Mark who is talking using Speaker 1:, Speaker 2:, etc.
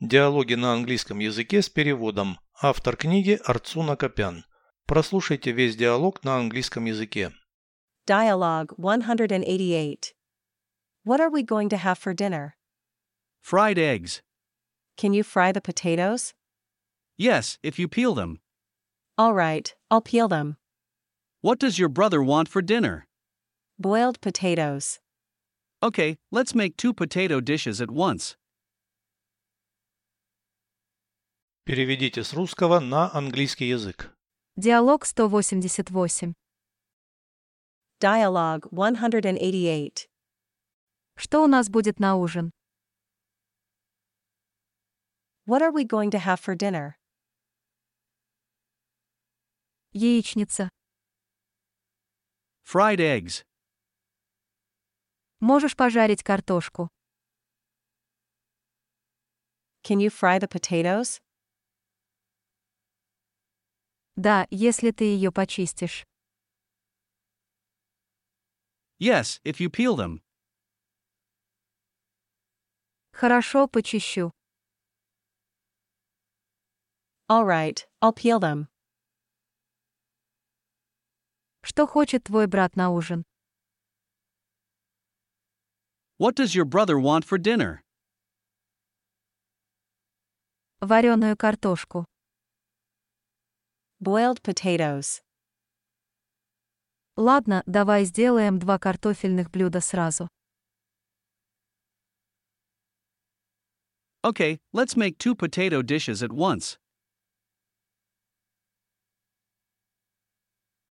Speaker 1: Диалоги на английском языке с переводом. Автор книги Арцуна Копян. Прослушайте весь диалог на английском языке.
Speaker 2: Dialogue 188. What are we going to have for dinner?
Speaker 3: Fried eggs.
Speaker 2: Can you fry the potatoes?
Speaker 3: Yes, if you peel them.
Speaker 2: All right, I'll peel them.
Speaker 3: What does your brother want for dinner?
Speaker 2: Boiled potatoes.
Speaker 3: Okay, let's make two potato dishes at once.
Speaker 1: Переведите с русского на английский язык.
Speaker 4: Диалог 188.
Speaker 2: Dialogue 188.
Speaker 4: Что у нас будет на ужин?
Speaker 2: What are we going to have for dinner?
Speaker 4: Яичница.
Speaker 3: Fried eggs.
Speaker 4: Можешь пожарить картошку.
Speaker 2: Can you fry the potatoes?
Speaker 4: Да, если ты ее почистишь.
Speaker 3: Yes, if you peel them.
Speaker 4: Хорошо, почищу.
Speaker 2: All right, I'll peel them.
Speaker 4: Что хочет твой брат на ужин?
Speaker 3: What does your brother want for dinner?
Speaker 4: Вареную картошку.
Speaker 2: Boiled potatoes.
Speaker 4: Ладно, давай сделаем два картофельных блюда сразу.
Speaker 3: Okay, let's make two potato dishes at once.